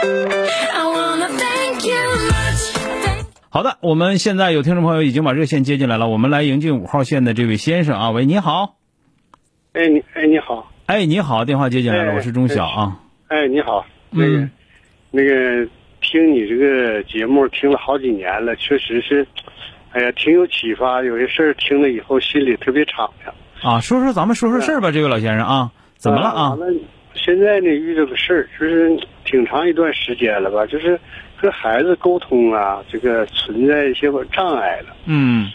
I wanna thank you much. Thank 好的，我们现在有听众朋友已经把热线接进来了，我们来迎进五号线的这位先生啊，喂，你好，哎，你哎，你好，哎，你好，电话接进来了，哎我是钟晓啊，哎，你好，那个，嗯那个，听你这个节目听了好几年了，确实是，哎呀，挺有启发。有些事儿听了以后，心里特别敞亮。啊，说说咱们说说事儿吧，这位老先生啊，怎么了啊？啊完？了现在呢，遇到个事儿，就是挺长一段时间了吧，就是跟孩子沟通啊，这个存在一些障碍了。嗯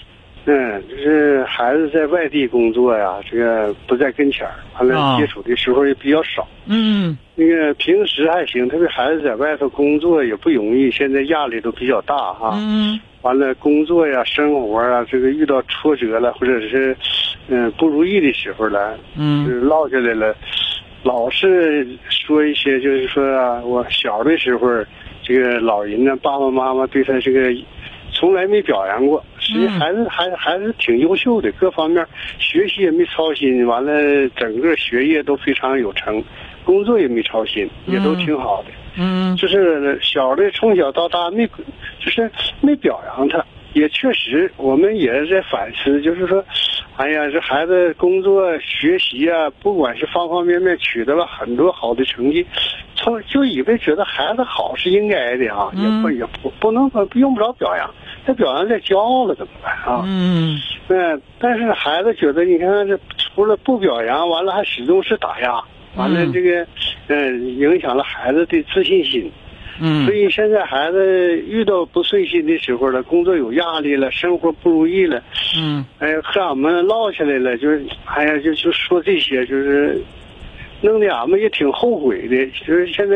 嗯，就是孩子在外地工作呀、这个不在跟前儿，完啊了接触的时候也比较少。嗯那个平时还行，特别孩子在外头工作也不容易，现在压力都比较大哈、嗯完了，工作呀、生活啊，这个遇到挫折了，或者是嗯、不如意的时候了，就嗯是落下来了，老是说一些，就是说、啊、我小的时候，这个老人呢，爸爸妈妈对他这个从来没表扬过。实际嗯孩子还还是挺优秀的，各方面学习也没操心，完了整个学业都非常有成，工作也没操心，也都挺好的。嗯就是小的从小到大没，就是没表扬他，也确实我们也是在反思，就是说，哎呀，这孩子工作学习啊，不管是方方面面取得了很多好的成绩，从就以为觉得孩子好是应该的啊，也不嗯也不不能不用不着表扬，那表扬再骄傲了怎么办啊？嗯嗯，但是孩子觉得，你看看这除了不表扬，完了还始终是打压，完了嗯这个，嗯，影响了孩子的自信心。嗯所以现在孩子遇到不顺心的时候了，工作有压力了，生活不如意了，嗯哎呀，和俺们唠下来了，就是哎呀，就就说这些，就是弄得俺们也挺后悔的。就是现在，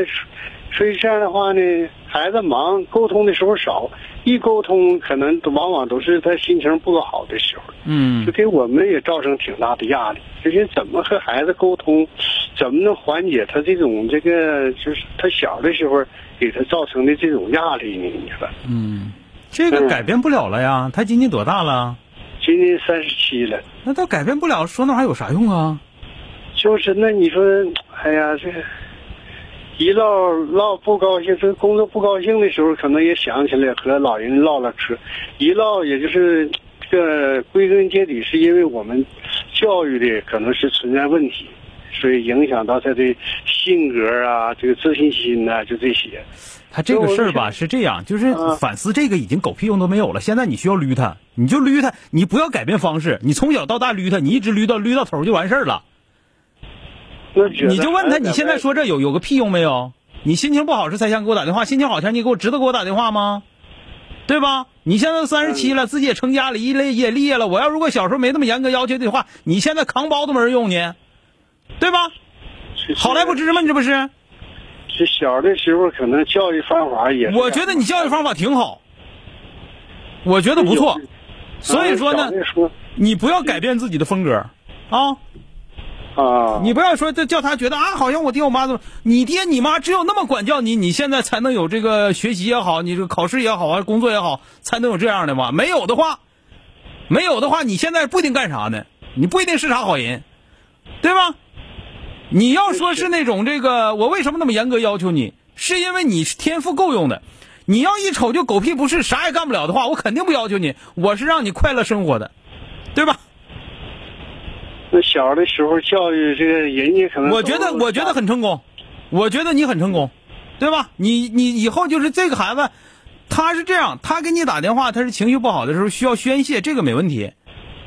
所以这样的话呢，孩子忙，沟通的时候少，一沟通可能都往往都是他心情不好的时候。嗯就给我们也造成挺大的压力。就是怎么和孩子沟通，怎么能缓解他这种这个，就是他小的时候给他造成的这种压力呢？你说，嗯，这个改变不了了呀，他今年多大了？今年三十七了，那他改变不了，说那玩意儿有啥用啊？就是那你说，哎呀，这一唠唠不高兴，这工作不高兴的时候，可能也想起来和老人唠唠嗑，一唠也就是。这个归根结底是因为我们教育的可能是存在问题，所以影响到他的性格啊，这个自信心啊呐、就这些。他这个事儿吧是这样，就是嗯反思这个已经狗屁用都没有了。现在你需要捋他，你就捋他，你不要改变方式，你从小到大捋他，你一直捋到捋到头就完事儿了。那觉得哎你就问他，孩子你现在外说这有有个屁用没有？你心情不好时才想给我打电话，心情好前你给我值得给我打电话吗？对吧？你现在三十七了，自己也成家了，一类也立业了。我要如果小时候没那么严格要求的话，你现在扛包都没人用你，对吧？是好赖不知吗？你这不是？是小的时候可能教育方法也是这样，我觉得你教育方法挺好，我觉得不错。所以说呢小，的说你不要改变自己的风格，啊，啊，你不要说这叫他觉得啊，好像我爹我妈怎么，你爹你妈只有那么管教你，你现在才能有这个学习也好，你这个考试也好啊，工作也好，才能有这样的嘛。没有的话，没有的话，你现在不一定干啥呢，你不一定是啥好人，对吧？你要说是那种这个，我为什么那么严格要求你，是因为你是天赋够用的。你要一瞅就狗屁不是，啥也干不了的话，我肯定不要求你，我是让你快乐生活的，对吧？那小的时候教育这个人家可能我觉得，都我觉得很成功，我觉得你很成功，对吧？你你以后就是这个孩子，他是这样，他给你打电话，他是情绪不好的时候需要宣泄，这个没问题，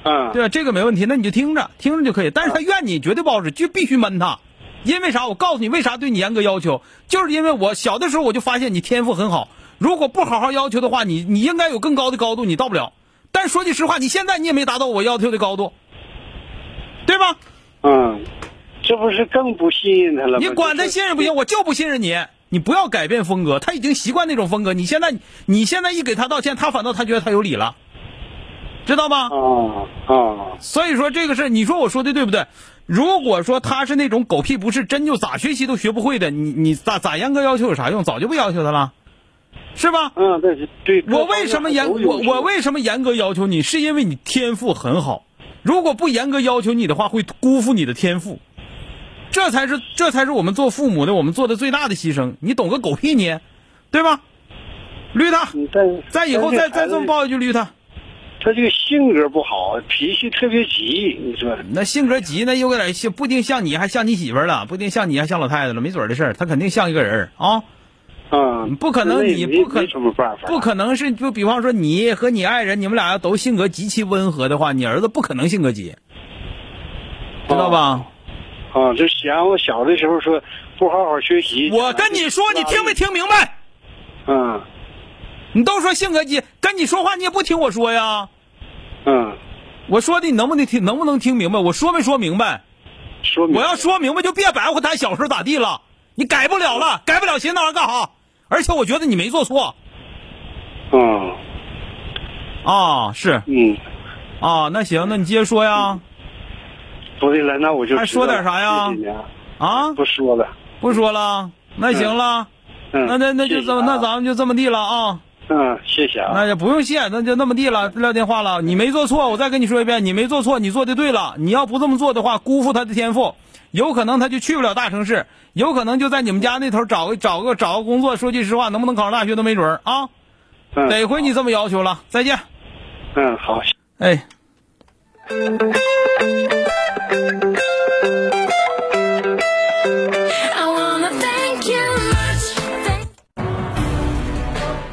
啊，对吧？这个没问题，那你就听着听着就可以。但是他怨你绝对不好使，就必须闷他，因为啥？我告诉你，为啥对你严格要求，就是因为我小的时候我就发现你天赋很好，如果不好好要求的话，你你应该有更高的高度，你到不了。但说句实话，你现在你也没达到我要求的高度，对吧？嗯，这不是更不信任他了吗？你管他就是信任不信，我就不信任你。你不要改变风格，他已经习惯那种风格。你现在你现在一给他道歉，他反倒他觉得他有理了，知道吗？啊啊，所以说这个事儿，你说我说的对不对？如果说他是那种狗屁不是，真就咋学习都学不会的，你你咋咋严格要求有啥用？早就不要求他了，是吧？嗯，对对。我为什么严我我为什么严格要求你？是因为你天赋很好，如果不严格要求你的话，会辜负你的天赋。这才是这才是我们做父母的我们做的最大的牺牲。你懂个狗屁你，对吧？绿他，嗯但是再以后再再这么，报一句绿他。但是孩子他这个性格不好，脾气特别急，你说那性格急，那有点像，不一定像你，还像你媳妇儿了，不一定像你，还像老太太了，没准儿的事儿，他肯定像一个人儿啊。啊？嗯不可能那你也没不可没什么办法，不可能是就比方说你和你爱人，你们俩要都性格极其温和的话，你儿子不可能性格急，知道吧？啊，就嫌我小的时候说不好好学习。我跟你说，你听没听明白？嗯你都说性格急，跟你说话你也不听我说呀。嗯，我说的你能不能听，能不能听明白？我说没说明白？说明我要说明白就别白活他小时候咋地了，你改不了了，改不了寻思那玩意儿干啥？而且我觉得你没做错嗯啊，是嗯，啊，那行，那你接着说呀不对了，那我就还说点啥呀谢谢你啊啊，不说了，不说了，那行了，嗯，那那那就这么，那咋？咱们就这么地了啊，嗯，谢谢啊，那就不用谢，那就那么地了，撂电话了。你没做错，我再跟你说一遍，你没做错，你做的对了。你要不这么做的话，辜负他的天赋，有可能他就去不了大城市，有可能就在你们家那头找个找个找个工作。说句实话，能不能考上大学都没准儿啊。嗯得亏你这么要求了，再见。嗯好。哎， I wanna thank you much. Thank